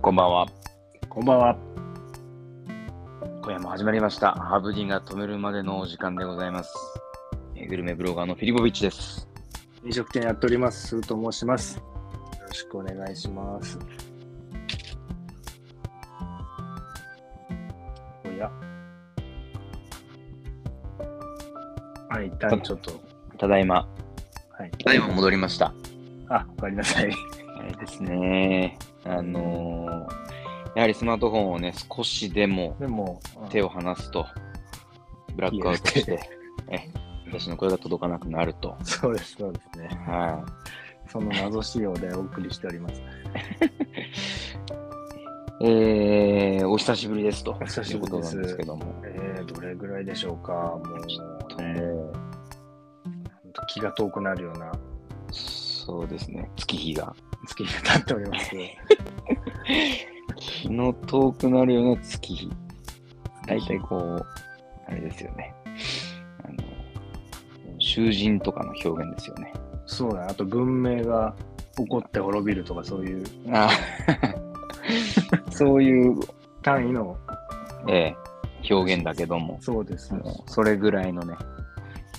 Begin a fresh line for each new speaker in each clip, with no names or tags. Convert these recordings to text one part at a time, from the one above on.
こんばんは。
こんばんは。
今夜も始まりました。ハブリが止めるまでのお時間でございます。えーグルメブロガーのフィリボビッチです。
飲食店やっております。スーと申します。よろしくお願いします。おや。はい、一旦ちょっと。
ただいま、
はい。
ただいま戻りました。
あ、わかりなさい。
あれですね。あのーやはりスマートフォンをね、少しでも
でも、
手
を。
を離すと、ブラックアウトして、え私の声が届かなくなると。
そうです、そうですね。
は
その謎仕様でお送りしております。
い。えー、お久しぶりですと。
お久しぶりです
いうことなんですけども。
えー、どれぐらいでしょうか。も
ち
う、
もう
ほんと気が遠くなるような
そうですね。月日が。
月が経っております。
気の遠くなるような月日。大体こう、あれですよね。あの、囚人とかの表現ですよね。
そうだ、あと文明が怒って滅びるとか、そういう
あそういう、
単位の、
ええ表現だけども、
そうです、
もうそれぐらいのね、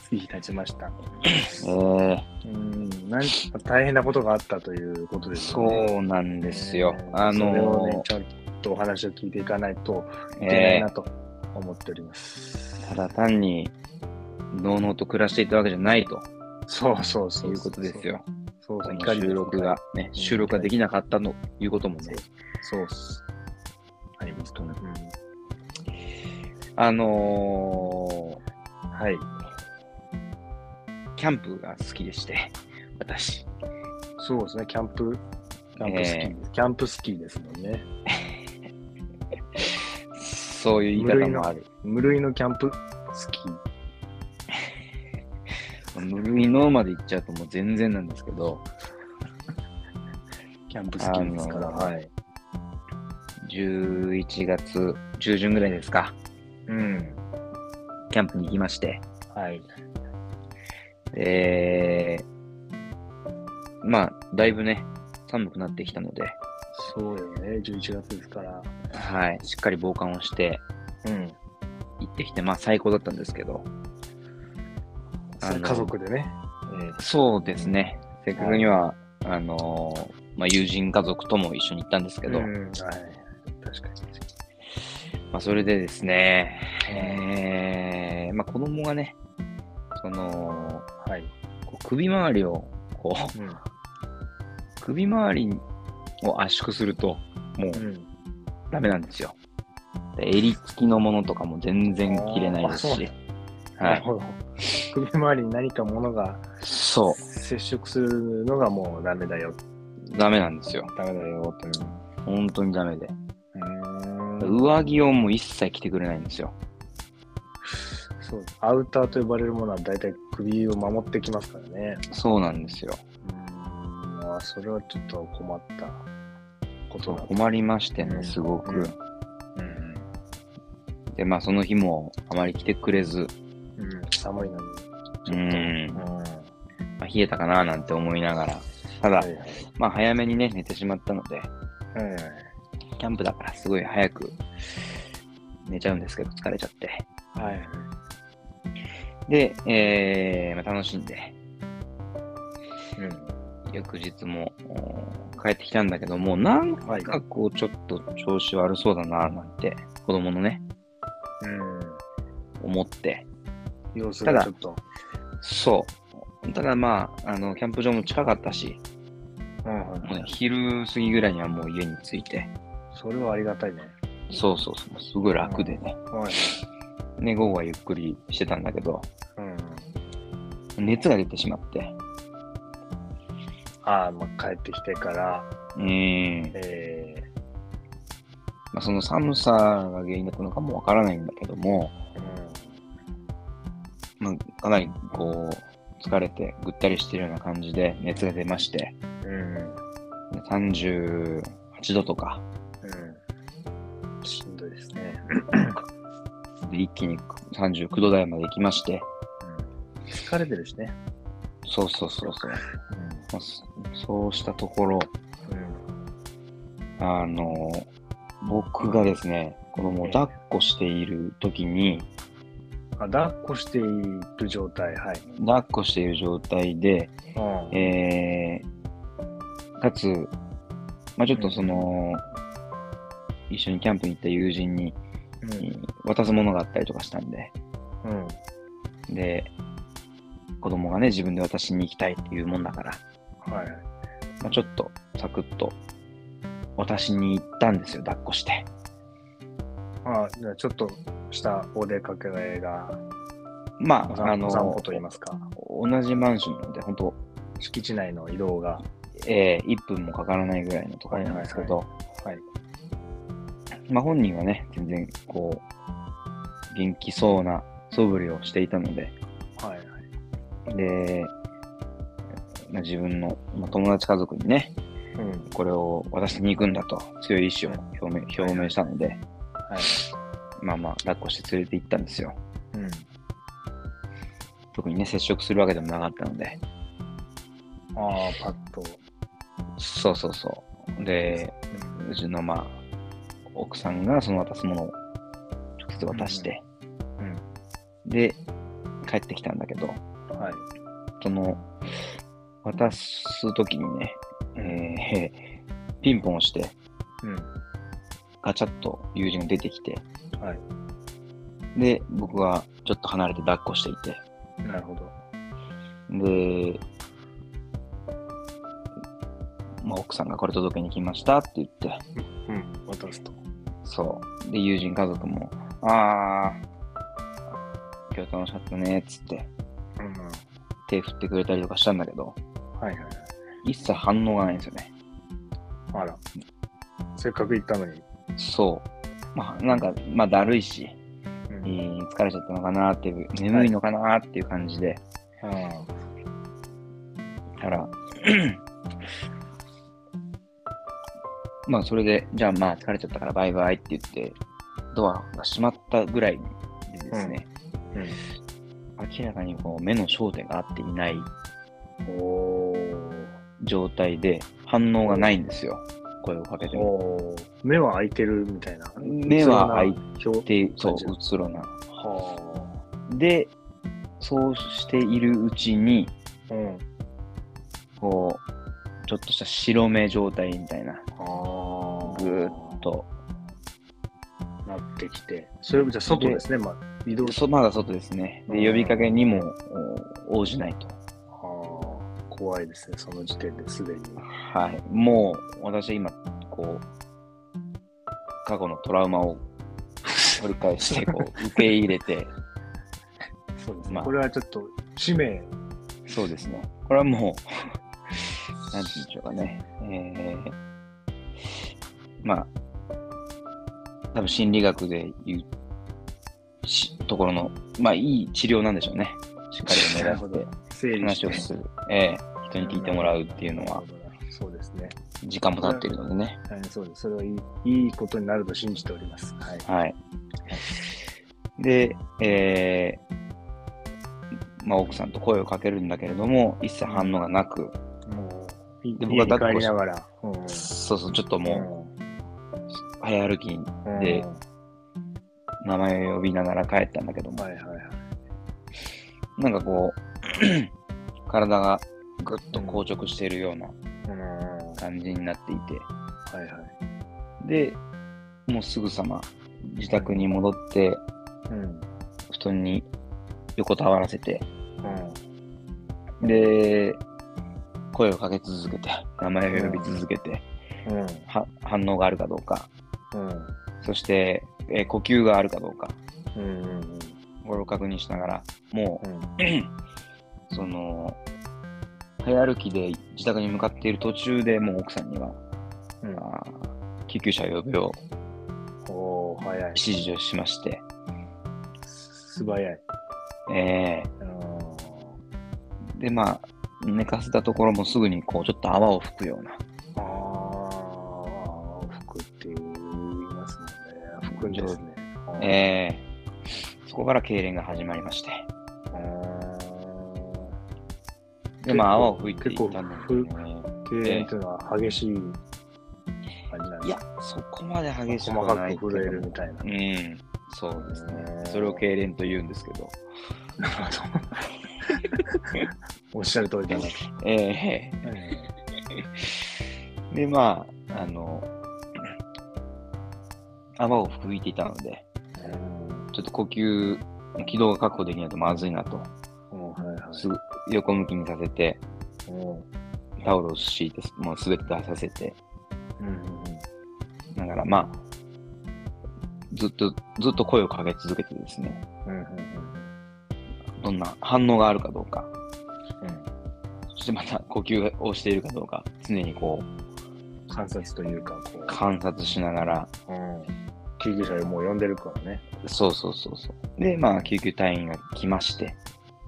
月日経ちました。
ええ
うん、なん大変なことがあったということですね。
そうなんですよ。
えー
あ
それをね
の、
ちゃんとお話を聞いていかないといけな
え
い
え
なと思っております。
ただ単に、のうのうと暮らしていたわけじゃないと
そうそうそう。
いうことです。よ。
そう
こ
そう、
の収録が。、ね、収録ができなかったということもね、
そうっす。ありますとね。うん
あの
はい。
ーキャンプが好きでして、 私。
そうですね、キャンプ、キャンプスキー、キャンプスキーですもんね。
そういう言い方もある。
無類のキャンプスキー。
無類のまで行っちゃうともう全然なんですけど、
キャンプ好きですから、
あの
はい。
11月中旬ぐらいですか、
うん。
キャンプに行きまして、
はい。
で、まあ、だいぶね、寒くなってきたので、
そうよね、11月ですから。
はい、しっかり防寒をして
うん。
行ってきて、まあ最高だったんですけど、あの
家族でね。
そうですね、せっかくには、あのーまあ、友人家族とも一緒に行ったんですけど、
うん、はい。確かに。
まあ、それでですね、えーまあ、子供がね、その、
はい。
こう首周りを、こ
うん。
う、 首周りを圧縮すると、もう
うん。
ダメなんですよ。で襟付きのものとかも全然着れないです
あーあそう
しは
な。なる
い。
ほど。首周りに何か物が
そ
接触するのがもうダメだよ。
う。ダメなんですよ。
ダメだよって。
本当にダメで。
うん。うん。
上着をもう一切着てくれないんですよ。
そう。アウターと呼ばれるものは大体首を守ってきますからね。
そうなんですよ。
うん。あ、それはちょっと困ったことだ。
困りまして
う
ね、
ん
すご
う
く
ん。うん。
で、まあその日もあまり着てくれず、
うん。寒いのに。
う、
うん
ま
ん。
あ、冷えたかななんて思いながら。ただ
は、いはい
まあ早めにね、寝てしまったので、キャンプだからすごい早く寝ちゃうんですけど、疲れちゃって。
うん。はい。
で、えーまあ、楽しんで、
うん。
翌日もお帰ってきたんだけども、なん
はい。
かこう、ちょっと調子悪そうだな、なんて、子供のね、
うん。
思って。
様子がちょっと。
そう。ただまあ、あの、キャンプ場も近かったし、
うんうん
もうね昼過ぎぐらいにはもう家に着いて、
それはありがたいね。
そうそうそう、もうすごい楽でね、
はい。
ね、午後はゆっくりしてたんだけど、
うん。
熱が出てしまって、
ああ、まあ、帰ってきてから、
うん、
え
まあ、その寒さが原因だったのかもわからないんだけども、
ー、うん。
まあ、かなりこう、疲れてぐったりしてるような感じで熱が出まして、
うん。うん。
38度とか、
しんどいですね。
で一気に39度台まで行きまして、
うん。疲れてるしね。
そうそうそうそう、まあそそうしたところ、
うん。うん。
あの、僕がですね、子供を抱っこしている時に、
あ抱っこしている状態、はい。
抱っこしている状態で、
うん
えー、かつ、まあちょっとその、一緒にキャンプに行った友人にうん渡すものがあったりとかしたんで、
うんうん
で、子供がね、自分で渡しに行きたいっていうもんだから、
はい。
まあ、ちょっとサクッと渡しに行ったんですよ、抱っこして。
あじゃあちょっとしたお出かけの映画、
ま
お
あ、あ
散
の、
お散歩といいますか、
同じマンションなので、本当
敷地内の移動が。
えー1分もかからないぐらいのところなんですけど、
はいはいはい
まあ本人はね、全然こう、元気そうな素振りをしていたので、
はいはい。
で、まあ、自分の、まあ、友達家族にね、
うん。
これを渡しに行くんだと強い意志を表明表明したので、
はい。
まあまあ抱っこして連れて行ったんですよ。
うん。
特にね、接触するわけでもなかったので。
ああ、パッと。
そうそうそう。で、うちのまあ、奥さんがその渡すものを直接渡して、
うんうん
で、帰ってきたんだけど、
うん。はい。
その、渡すときにね、えー ピンポンをして、
うん。
ガチャッと友人が出てきて、
は
で、僕はちょっと離れて抱っこしていて、
なるほど。
で、まあ、奥さんがこれ届けに来ましたって言って、
うん。渡すと。
そう。で、友人家族も、あー、今日楽しかったね、つって、
うんうん。
手振ってくれたりとかしたんだけど、
はいはいはい。
一切反応がないんですよね。
あら。せっかく行ったのに。
そう。まあ、なんか、まあ、だるいし、
う
え
ん。
ー疲れちゃったのかなっていう、眠いのかなっていう感じで、
あ
だから、 まあ、それで、じゃあまあ、疲れちゃったからバイバイって言って、ドアが閉まったぐらいでですね、
あ。
明らかにこう目の焦点が合っていない
うん。おー。
状態で反応がないんですよ。声をかけても。
おー目は開いてるみたいな。
目は開い
てる。
で、そう、
感
うつろな。
は
で、そうしているうちに、
あ。うん。
こう、ちょっとした白目状態みたいな、
ああ。
ぐーっと、
なってきて、それもじゃあ外ですね、まあ、移動
そまだ外ですね。
うん
で、呼びかけにもお応じないと。
あー怖いですね、その時点ですでに。
はい。もう、私は今、こう、過去のトラウマを取り返して、こ う、受け入れて、
そうですね、
まあ
これはちょっと使命、
そうですね。これはもう、 なんて言うんでしょうかね。えー、まあ、多分心理学で言うしところの、まあいい治療なんでしょうね。しっかり
な
目
るほ
指して
ど整理し
話
て
をする。ええ人に聞いてもらうっていうのは、。
そうですね、
時間も経っているのでね。
はい、そうです。それはいいいいことになると信じております。はい。
はい。で、えー、まあ奥さんと声をかけるんだけれども、一切反応がなく、
もう、い
で
家に
僕は
帰
抱っこ
り
し
ながら、うん
そうそう、ちょっともう、早歩きに
うん
で
うん
名前を呼びながら帰ったんだけども、
はいはいはい。
なんかこう、 体がぐっと硬直しているような
うんは
感じになってい
いはい。
て、で、もうすぐさま自宅に戻って、
うん。
布団に横たわらせて、
うん
で、声をかけ続けて、名前を呼び続けて、
うん
は反応があるかどうか、
うん
そして、えー呼吸があるかどうか、
うんうん
これを確認しながら、も
うん
う、その、早歩きで自宅に向かっている途中でもう奥さんには、
うん
あー救急車を呼ぶよう
おー早い
指示をしまして、
素早い
え
うん
ーで、まあ、寝かせたところもすぐにこう、ちょっと泡を吹くような
ああ、服って言いますもんね。服ですね。え
えーそこから痙攣が始まりまして。で、まあ、泡を吹いていったんだけどね。
経営というのは激しい感じなん
い
です
や
か、
そこまで激しく
細
は
か
ない
く
けど
震えるみたいな。
うん、そうですね
へ。ー
それを痙攣と言うんですけど。
なるほど。おっしゃる通りだな。
ええ で、まあ、あの、泡を吹いていたので、ちょっと呼吸、気道が確保できないとまずいなと、
うんはいはい
すぐ横向きにさせて、タオルを敷いて、もうすべて出させて、
うんうんうん
だからまあ、ずっと、ずっと声をかけ続けてですね、
うんうんうん
どんな反応があるかどうか、
うん
そしてまた呼吸をしているかどうか、常にこう、
観察というか、こ
観察しながら、
う、うん、救急車でもう呼んでるからね。
そうそうそうそう。で、まあ、救急隊員が来まして、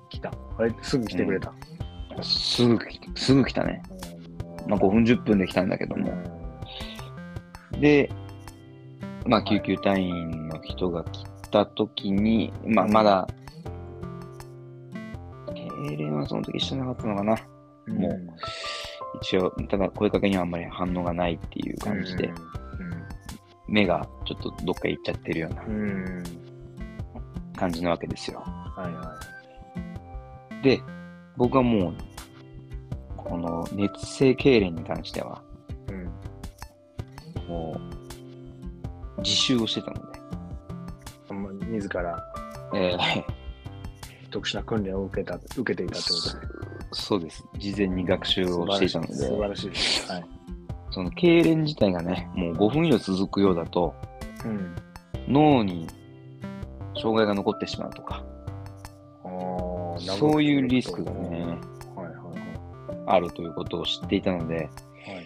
来た。あれ、すぐ来てくれた。
すぐ来、すぐ来たね。
うん
まあ、5分、10分で来たんだけど
うん
も。で、まあ、救急隊員の人が来た時に、まあ、まだ、痙攣はその時してなかったのかな。もう一応、ただ声かけにはあんまり反応がないっていう感じで、目がちょっとどっか行っちゃってるような
うん。うん。うん
感じなわけですよ。
はいは
で、僕はもう、この熱性痙攣に関しては、
い。うん。
もう、自習をしてたの
あんま自ら
で、えー
特殊な訓練を受けた、受けていたってことです
そ
ね。
そうです。事前に学習をしていたの
素晴
で、
らしいです。はい。
その痙攣自体がね、もう5分以上続くようだと、
うん。
脳に障害が残ってしまうとか、
ああ、
そういうリスクがね、
はいはい
あるということを知っていたので、
はい。はい。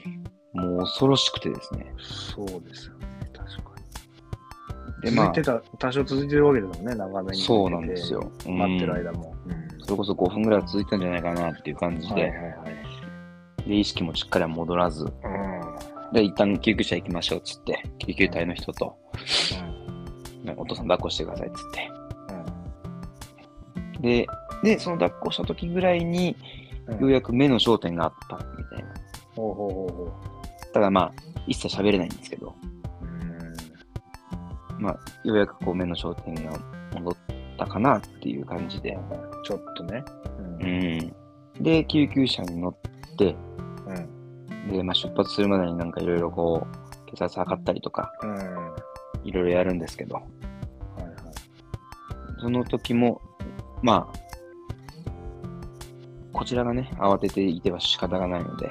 もう恐ろしくてですね。
そうですよね。確か
で、
に。
ま
続
あ
いて、た、多少続いてるわけですもんね、長めに。
そうなんです。よ。
待ってる
うん
間も。
それこそ5分ぐらいは続いたんじゃないかなっていう感じ
はいはい
で、で、意識もしっかりは戻らず、
は
で、一旦救急車行きましょうっつって、救急隊の人と、
い。うん。
ねお父さん抱っこしてくださいっつって。
う
で、で、その抱っこした時ぐらいに、
ん。
ようやく目の焦点があったみたいな。
ほうほうほうほ
ただまあ、一切喋れないんですけど、
う。うん。
まあ、ようやくこう目の焦点が戻ったかなっていう感じで。
ちょっとね。う
う
ん
ん。で、救急車に乗って、
うん。
で、まあ出発するまでになんかいろいろこう、血圧測ったりとか、
うん。はい
ろいろやるんですけど、
いはい。
その時も、まあ、こちらがね、慌てていては仕方がないので、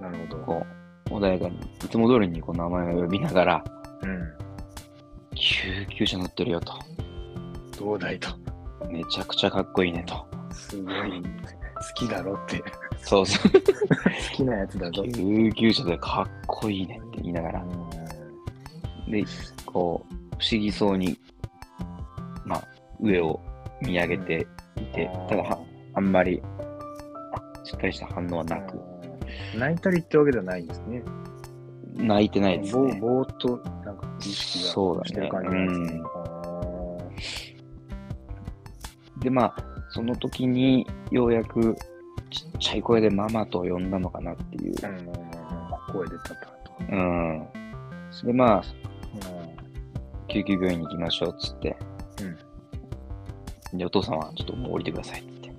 なるほど。
こう、穏やかに、いつも通りにこう名前を呼びながら、
うん。
救急車乗ってるよと。
どうだいと。
めちゃくちゃかっこいいねと。
すごい。好きだろって。
そうそう。
好きなやつだぞ。
救急車でかっこいいねって言いながら。で、こう、不思議そうに、まあ、上を見上げていて、ただ、はあんまり、しっかりした反応はなく、
く。泣いたりってわけじゃないんですね。
泣いてないです
ぼ
ね。
ぼーっと、なんか、意識が
そうだね
してる感じなんですね。
で、まあ、その時に、ようやく、ちっちゃい声でママと呼んだのかなっていう。
あーうん。声出たと。
うん。で、まあ、
うん
救急病院に行きましょうっつって、
うん。
で、お父さんはちょっともう降りてくださいっつって。
ちょ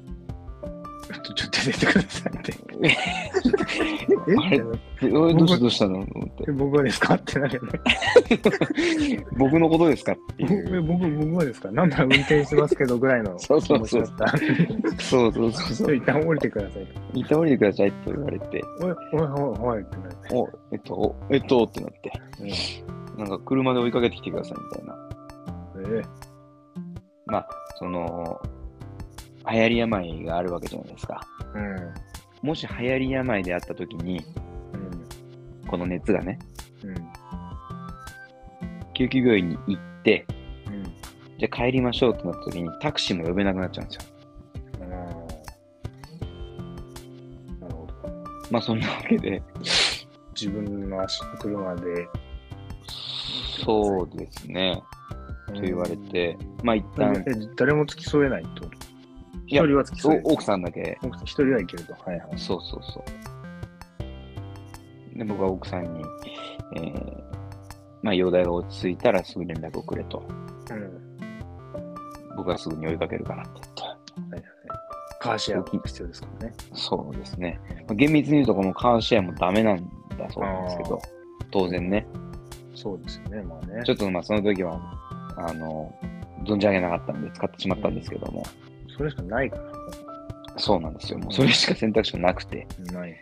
っとちょっと出てくださいって。
あれえおいどうしたどうしたのと思って
え僕はですかってなるよね。
僕のことですかってい
え
う。
僕、僕はですかなんなら運転してますけどぐらいの
そうそうそう
気持ちだった。ち
そうそうそう
ょっ
そ
と
う。
一旦降りてください。
いた降りてくださいって言われて、
おい、おい、おい、おい、ってなって。
お、えっと、おえっと、ってなって、なんか車で追いかけてきてくださいみたいな。
うんええ
まあ、その、流行り病があるわけじゃないですか。
うん。
もし流行り病であった時に、
うん。
この熱がね、
うん。
救急病院に行って、
うん。
じゃあ帰りましょうってなった時に、タクシーも呼べなくなっちゃうんですよ。
あーなるほど。
まあ、そんなわけで、
自分の足、車で。
そうですね。と言われて、まあ、一
う
旦
ん、え、誰も付き添えないってこと
いや
一人は付き添え
お奥さんだけ
奥さん一人はいけると。はいはい。
そうそうそう。で、僕は奥さんに、えーまあ、容体が落ち着いたらすぐ連絡をくれと。
うん。
僕はすぐに追いかけるからって言った。
はいはい。カーシェアも必要ですからね。
そうですね。まあ、厳密に言うと、このカーシェアもダメなんだそうなんですけ
あ
ど
ー、
当然ね。
そうですよね、まあね。
ちょっとまあその時は、あの、存じ上げなかったんで使ってしまったんですけども、
それしかないから。
そうなんですよ。もうそれしか選択肢がなくて。
ない。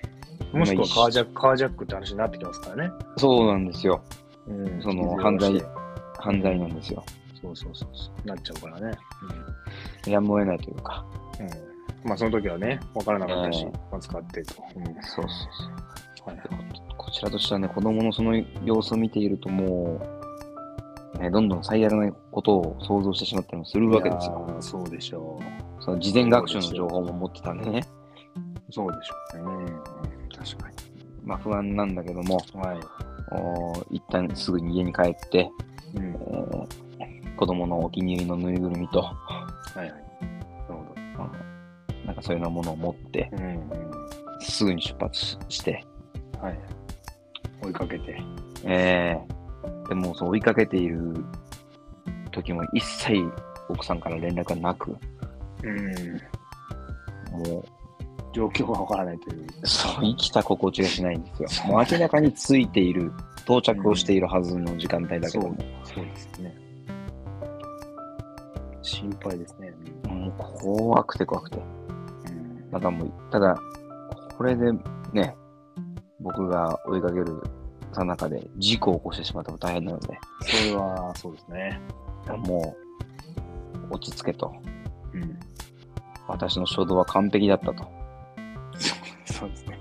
もしくはカージャック、カージャックって話になってきますからね。
そうなんですよ。
うん
その犯罪
必要だし
犯罪なんですよ。
そうそうそうそう。なっちゃうからね。
やむを得ないというか。
うん。まあその時はね、わからなかったし、
うん
まあ使ってと。うん。はい
そうそうそう。
はい。
こちらとしてはね、子供のその様子を見ているともう、ね、どんどん最悪なことを想像してしまったりもするわけですよ。
いやーそうでしょ
その事前学習の情報も持ってたんでね、
う。そうでしょうね。確か
まあ不安なんだけども、
に。はい。
おー一旦すぐに家に帰って、
うん。
えー子供のお気に入りのぬいぐるみと、
はいはい。なるほど。
なんかそういうようなものを持って、
うん。うん
すぐに出発しして、
はい。追いかけて。
えーでもそう追いかけている時も一切奥さんから連絡がなく、
うん。
も
状況がわからないという。
う、そう、生きた心地がしないんですよ。もう明らかについている、到着をしているはずの時間帯だけども、
そうですね。心配ですね。
もう怖くて怖くて。
うん。
まだもう、ただ、これでね、僕が追いかけるさなかで事故を起こしてしまっても大変なので、
それは、そうですね。
もう、落ち着けと。
うん。
私の衝動は完璧だったと。
そうですね。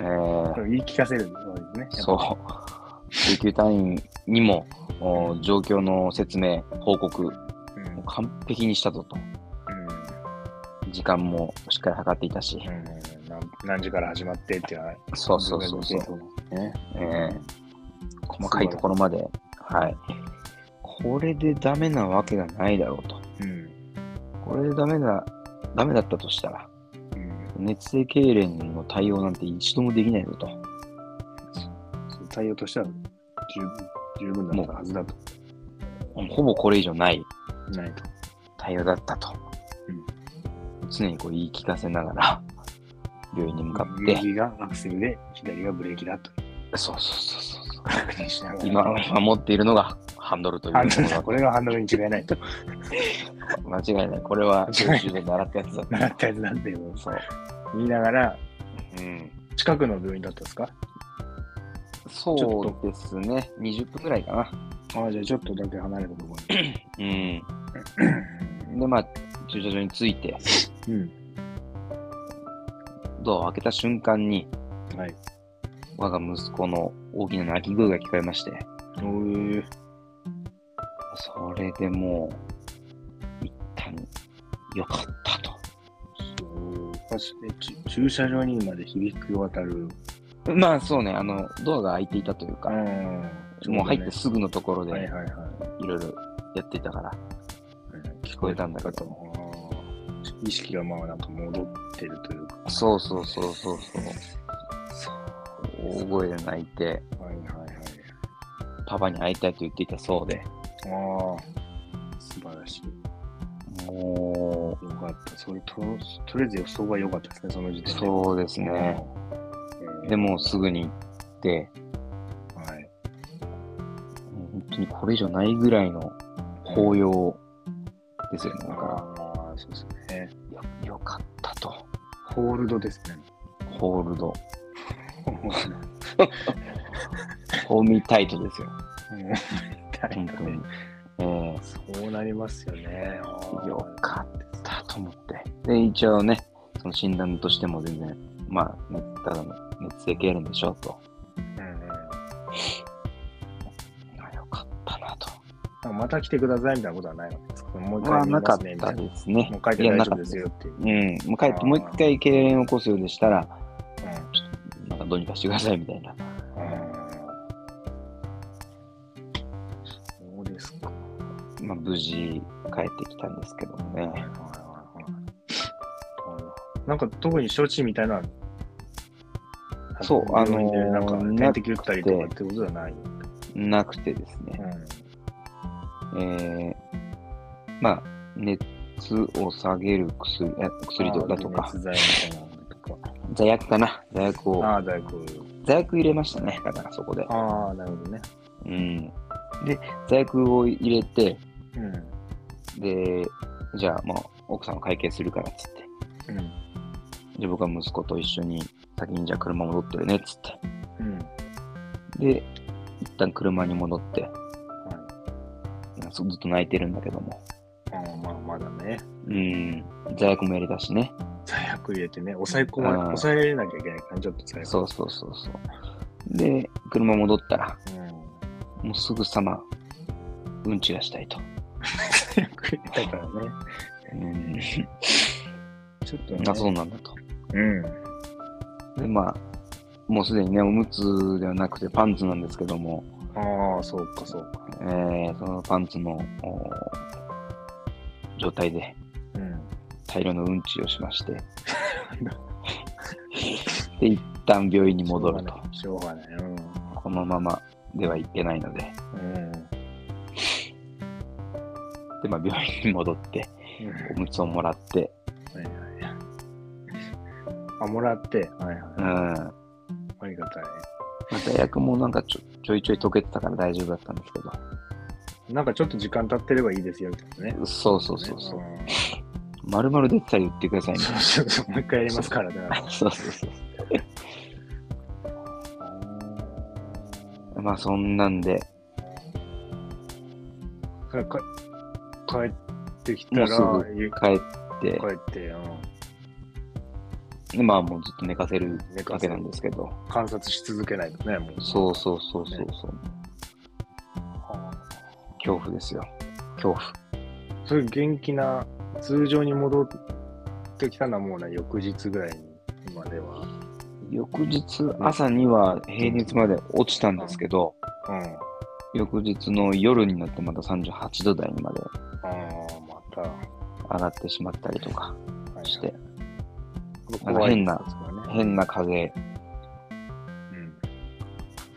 えー
これ言い聞かせるわけですね。
そう。救急隊員にも、お状況の説明、報告、も
う。うん。う
う完璧にしたぞと。時間もしっかり測っていたし。
ん。何何時から始まってっていうのは、
そうそうそうそう。
う。ね。
えー細かいところまで。はい。これでダメなわけがないだろうと。
うん。
これでダメだ、ダメだったとしたら、
うん。
熱性痙攣の対応なんて一度もできないぞと。
その対応としては十分、十分だったはずだと。
ほぼこれ以上ない
ないと。
対応だったと。常にこう言い聞かせながら、病院に向かって、
右がアクセルで、左がブレーキだと
そうそうそうそうそう。
確認しなが ら。
今、今持っているのがハンドルという
ハン
と
ドルだこれがハンドルに違いないと。
間違いない。これは、
間違いな
教
い
習所で習ったやつだ
習ったやつなんていうの
そう。
言いながら、
うん。
近くの病院だったんですか
そうですね。20分くらいかな。
ああ、じゃあちょっとだけ離れたところに。
うん。で、まあ、駐車場に着いて、
うん。
ドアを開けた瞬間に、
はい。
我が息子の大きな泣き声が聞こえまして、
おー
それでもう、一旦、よかったと。
そうかしえち駐車場にまで響く渡る。
まあそうね、あの、ドアが開いていたというか、
ん
もう入ってすぐのところで
は
い
いはいはい。
ろいろやっていたから、
聞
こえたんだけ
と
ど
意識がまあなんか戻ってるというか。
そうそうそうそうそう、
そう。
大声で泣いて、
はいはいはい。
パパに会いたいと言っていたそうで、
ああ、素晴らしい。
も
よかった。それと、とりあえず予想が良かったですね、その時点
う、
で。
そうですね。
うん。
でも
す
すぐに行って、
はい。
もう本当にこれ以上ないぐらいの抱擁ですよね。だか
ああ、そうですね。
ら、よかったと。
ホールドですね。
ホールド。ホーミータイトですよ。
うん大変
本
だ
当
ね
に。えー
そうなりますよね。あー
よかったと思って。で、一応ね、その診断としても全然、まあ、ね、ただの熱性痙攣でしょうと。
うんうん
あよかったなと。
なんかまた来てくださいみたいなことはないわけですかもう一
まあ、
回見
なか
ま
っ
すねみた
た
いな。
ですね。
もう書い
い
て
や
大
な
丈
かっ
夫で
た
すよっていう。
うん、もう帰って
あー
もう一回痙攣を起こすようでしたら、
うん
なんかどうにかしてくださいみたいな。
そうですか。
まあ、無事帰ってきたんですけども
はいはい
ね。
はいはい。なんか特に処置みたいなのは
そう
あの、病院で
あのー
なんか点滴打ったりとかってことじゃない。
なくてですね、えーまあ、熱を下げる薬あ薬とかだとか
熱、剤みたいなのとか。
座薬かな、座薬を、
ああ、大工。
座薬入れましたね、だからそこで。
ああ、なるほどね。
うん、で、座薬を入れて、
うん。
で、じゃあ、まあ、奥さんは会計するからっつって、
うん。
で、僕は息子と一緒に、先にじゃあ車戻ってるねっつっ
うん。
て、で、一旦車に戻って、ずっと泣いてるんだけども、
はい。ああ、まあ、まだね。
うん、座薬もやりだしね、
最悪入れてね、抑え込ま
あー
抑えなきゃいけないから、ちょっと最悪。
そうそうそうそう。で、車戻ったら、
うん。
もうすぐさま、うんちがしたいと。
最悪入れたからね。
うん、
ちょっとね。
あそうなんだと。
うん。
で、まあ、もうすでにね、おむつではなくてパンツなんですけども、
ああ、そうか、そうか。
えーそのパンツのお状態で
うん。
大量のうんちをしま して、で、一旦病院に戻ると。
しょうがない。しょうがない。
このままではいけないので、
うん。
で、まあ、病院に戻って、
うん。
おむつをもらって、
はいはいはい。あ、もらって。はい
う
はい。
ん、ま
ありがたい。
あ、大学もなんかちょちょいちょい溶けてたから大丈夫だったんですけど、
なんかちょっと時間経ってればいいですよ、みたいなね。
そうそうそうそうう。
ん
まるまる出てたら言ってくださいね。
そうそうそう。もう一回やりますから、だか ら。
そうそうそう。まあそんなんで、
かか帰ってきたら、
もう
ゆ帰
帰って、
って、うん
まあもうずっと寝かせる
寝か
わ
せ
け
る
なんですけど、
観察し続けないとね、もう。
そうそうそうそうそう、
あ
恐怖ですよ。恐怖。
ーそういう元気な、通常に戻ってきたのはもうね、翌日ぐらいにまでは。
翌日朝には平日まで落ちたんですけど、
うん。
翌日の夜になってまた38度台にまで
ああ、また。
上がってしまったりとか
はい
して、
怖い
なんか変な
ですからね
変な風邪、
うん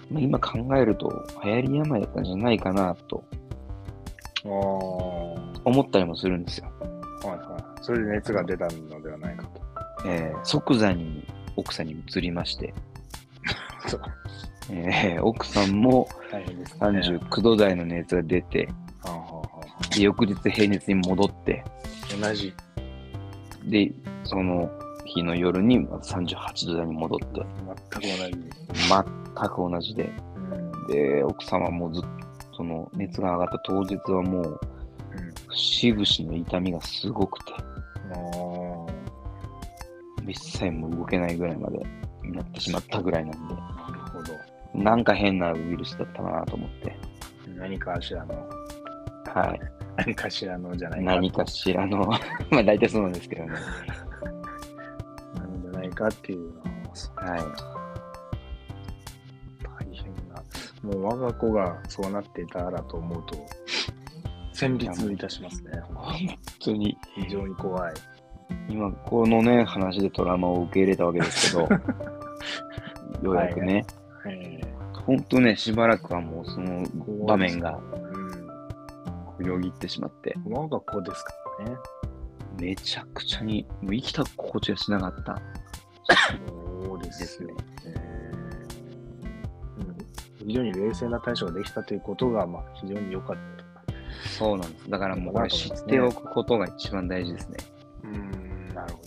まあ今考えると流行り病だったんじゃないかなと
ああ。
思ったりもするんですよ。
はいはい。それで熱が出たのではないかと。
えー即座に奥さんに移りまして、
そう
えー奥さんも
大変ですね。
39度台の熱が出て、
はあはあはあ
で翌日平熱に戻って、
同じ。
で、その日の夜にまた38度台に戻って、
全く同じ。
全く同じで、
うん。
で、奥さんはもうずっと、その熱が上がった当日はもう、節々の痛みがすごくて、
うん、
一切もう動けないぐらいまでになってしまったぐらいなんで、
ああ、なるほど。
なんか変なウイルスだったなと思って、
何かしらの、
はい。
何かしらのじゃないか。
何かしらの、 まあ大体そうなんですけどね。
なんじゃないかっていうのは、そう
は
大変な。もう我が子がそうなっていたらと思うと、戦慄いたしますね。
い。本当に、
非常に怖い。
今、このね、話でトラウマを受け入れたわけですけ ど、ようやくね、
え
本当ね、しばらくはもうその
ー
場面が
う
よぎってしまって、
ん。我が子ですからね。
めちゃくちゃに、もう生きた心地がしなかった。
そうですよね。うん非常に冷静な対処ができたということが、まあ、非常に良かった。
そうなんです。だからもうこれ知っておくことが一番大事ですね。
うん、なるほ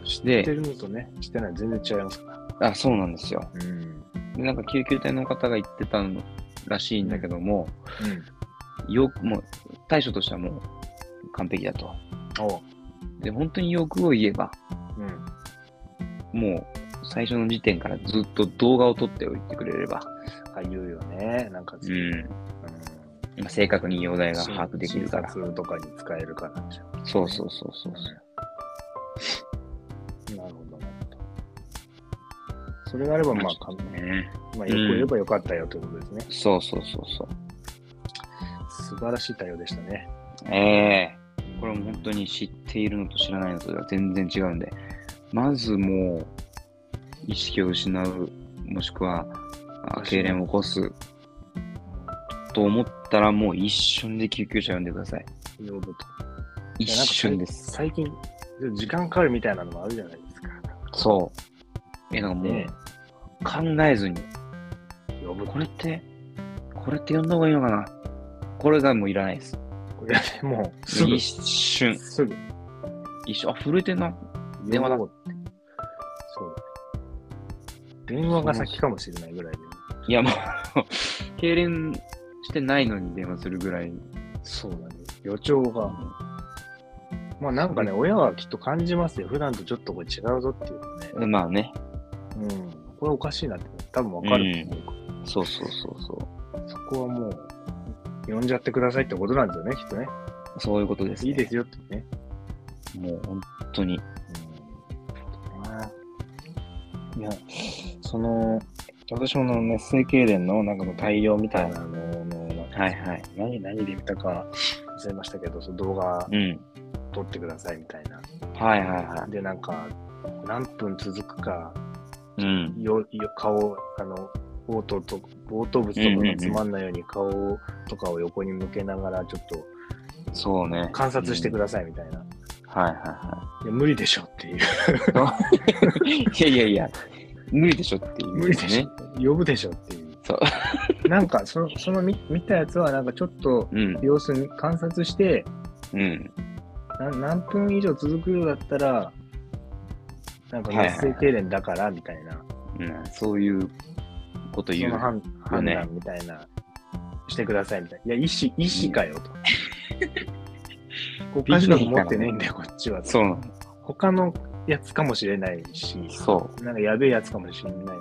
ど。知って
で、
るのとね、してないの全然違いますから。
あ、そうなんですよ。
うん。うん。
で、なんか救急隊の方が言ってたのらしいんだけども、よく、もう、対処としてはもう完璧だと。
おう。
で、本当に欲を言えば、
うん。
もう最初の時点からずっと動画を撮っておいてくれれば、
あ、言うよね。なんか、う
うんまあ正確に容体が把握できるから。
診察とかに使えるからでしょ
そうそうそうそう。
なるほど、なるほど。それがあれば、まあ、か
ね、
まあ、よく言えばよかったよということですね。
そうそうそうそう。
素晴らしい対応でしたね。
ええこれも本当に知っているのと知らないのとでは全然違うんで、まずもう、意識を失う、もしくは、あ痙攣を起こす、と思ったら、もう一瞬で救急車呼んでください。
なるほど
一瞬です。
最近、時間かかるみたいなのもあるじゃないですか。
そう。え、なんかもう、
ね
考えずに、
呼ぶ
これって、これって呼んだ方がいいのかなこれがもういらないです。
これでもう、すぐ、
一瞬、
すぐ、
一瞬、あ、震えてんな。電
電
話
話
だ
だって。そうだね。電話が先かもしれないぐらいで。
いや、もう、 痙攣してないのに電話するぐらい。
そうだね。予兆が。まあなんかね、親はきっと感じますよ。普段とちょっとこれ違うぞっていうのね。
でまあね、
うん。これおかしいなって、多分わかると思うから。
そうそうそうそう。
そこはもう、呼んじゃってくださいってことなんですよね、きっとね。
そういうことです、ね。
いいですよってね。
もう本当に。
いや、その、私もあの熱性痙攣のなんかの対応みたいなのの、
はいはい。
何、何で見たか忘れましたけど、その動画
うん。
撮ってくださいみたいな。
はいはいは
で、なんか、何分続くか、
い。うん。
よよ顔、あの、嘔吐と、嘔吐物とかがつまんないように顔とかを横に向けながら、ちょっと
そうね。
観察してく
だ
ださいみたいな。
さい。はいはい
や、無理でしょっていう。
いはい。いやいやいや、無理でしょっていう、ね。
無理でしょ、呼ぶでしょっていう。。
そう
なんか、その、その見見たやつは、なんかちょっと
うん。
様子見観察して、
うん。
な何分以上続くようだったら、なんか
はいはい
熱性痙攣だからみたいな、
うん。そういうこと言
そうの。判判
ね
断みたいな、してくださいみたいな。いや、医師、医師かよ と。国家資格持ってねえんだよ、こっちは。
そうなの。
他のやつかもしれないし、
そ
なんかやべえやつかもしれない。
う。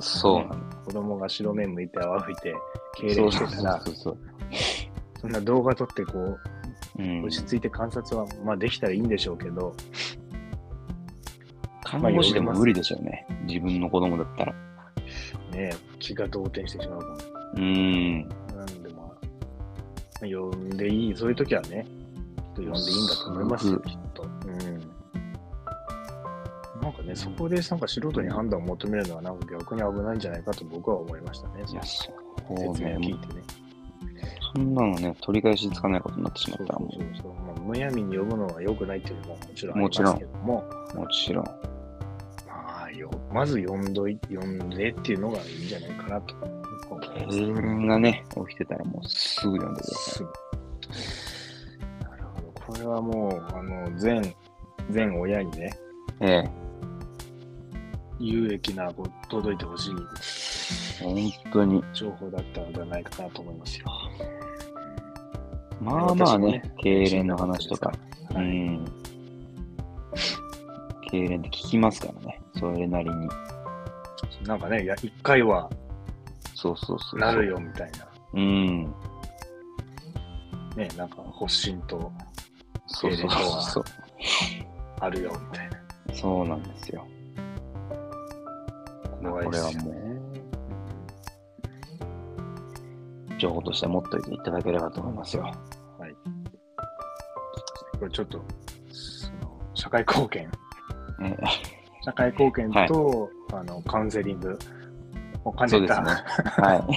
そうなの。
子供が白目向いて泡吹いて、痙攣してたら、
そうそうそう
そんな動画撮ってこう、
そう。うん
落。ち着いて観察は、まあできたらいいんでしょうけど、
看護師でも無理でしょうね。自分の子供だったら。
ねえ、気が動転してしまうか
うん。
ら。なんでまあ、呼んでいい、そういう時はね、きっと呼んでいいんだと思います
す
よ、
ご
きっと。うん。なんかね、そこでなんか素人に判断を求めるのは、なんか逆に危ないんじゃないかと僕は思いましたね。
いや、そう
説明
ね。もう
を聞いてね。
そんなのね、取り返しつかないことになってしま
そ
っ
う
た
そ
らも
うそうそう。まあ、むやみに呼ぶのは良くないっていうのはもちろんあ
も
り
ち
ま
ろん
すけども、
う、もちろん。
まあよ、まず呼んどい、呼んでっていうのがいいんじゃないかなと思います。
自分がね、起きてたらもうすぐ読んでくださ
すぐなるほど。これはもう、あの、全、全親にね、
い。え
有益な、こう、届いてほしい
え、本当に。
情報だったのではないかなと思いますよ。
まあまあね、痙
私もね
攣の話とか。う
はい
ん。痙攣って聞きますからね、それなりに。
なんかね、いや、一回は
そうそうそう。
なる。よみたいな。
うん。
ね、なんか、発疹と
そうそうそう。
あるよみたいな。
そうなんですよ。
怖いですよ
これ
ね。
情報として持っといていただければと思いますよ。
これちょっと、その、社会貢献
ええ
社会貢献と、あのカウンセリングを兼
そう
ね
で す
た
ね。はい。
こ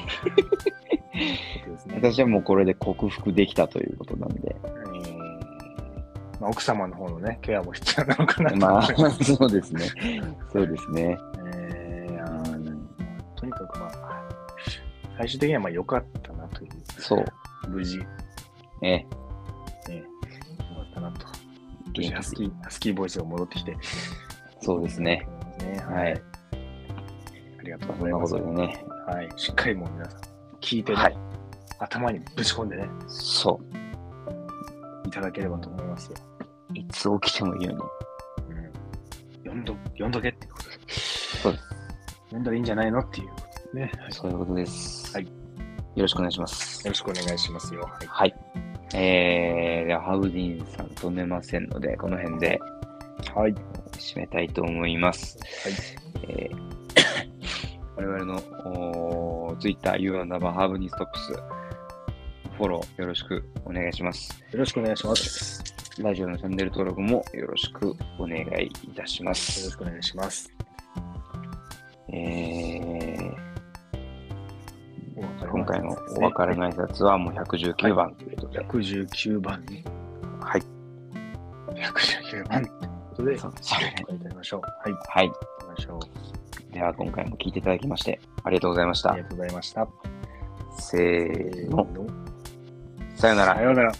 とですね。
私はもうこれで克服できたということなんで。
えーまあ、奥様の方のね、ケアも必要なのかな と
まあ
思いま、す。
そうですね。そうですね。
えー
う
あー
ん、
とにかくまあ、最終的にはまあ良かったなという、
そう。
無事、ね、
ええ、
良かったなと。無事
元
ハス
気
キー、ハスキーボイスが戻ってきて。
そうですね。
ね
は
はいい。ありがとう
そ
ご
ん
ざい
な
ま
こ
す。
とでね。
はい。しっかりもう皆さん、聞いてね、
はい
頭にぶち込んでね、
そ
いただければと思いますよ。
う。いつ起きてもいいように。
うん読んど、読んどけっていうことです。
そうです
読んだらいいんじゃないのっていうことですね。はい
そういうことです。
はい
よろしくお願いします
よ。ろしくお願いしますよ。はい。
はい。えー、では、ハウディーンさん止めませんので、この辺で
はい。
締めたいと思います。えー我々のおー Twitter、U アンダーバーハーブニーストップス、フォローよろしくお願いします。
よろしくお願いします。
ラジオのチャンネル登録もよろしくお願いいたしま
よろ
す
し。くお願いします。
えー
お別れの
今回の
挨拶です
お
ね
別れの挨拶はもう119番ということで、
119番に
はい。
119番ということで、
そうです
紹
ね
介いただきましょう。はい、行
はい。
きましょう。
では今回も聞いていただきまして、ありがとうございまし
あ
た
り。がとうございました。
せ
せー
ーの、
の
さよなら
さ。ようなら。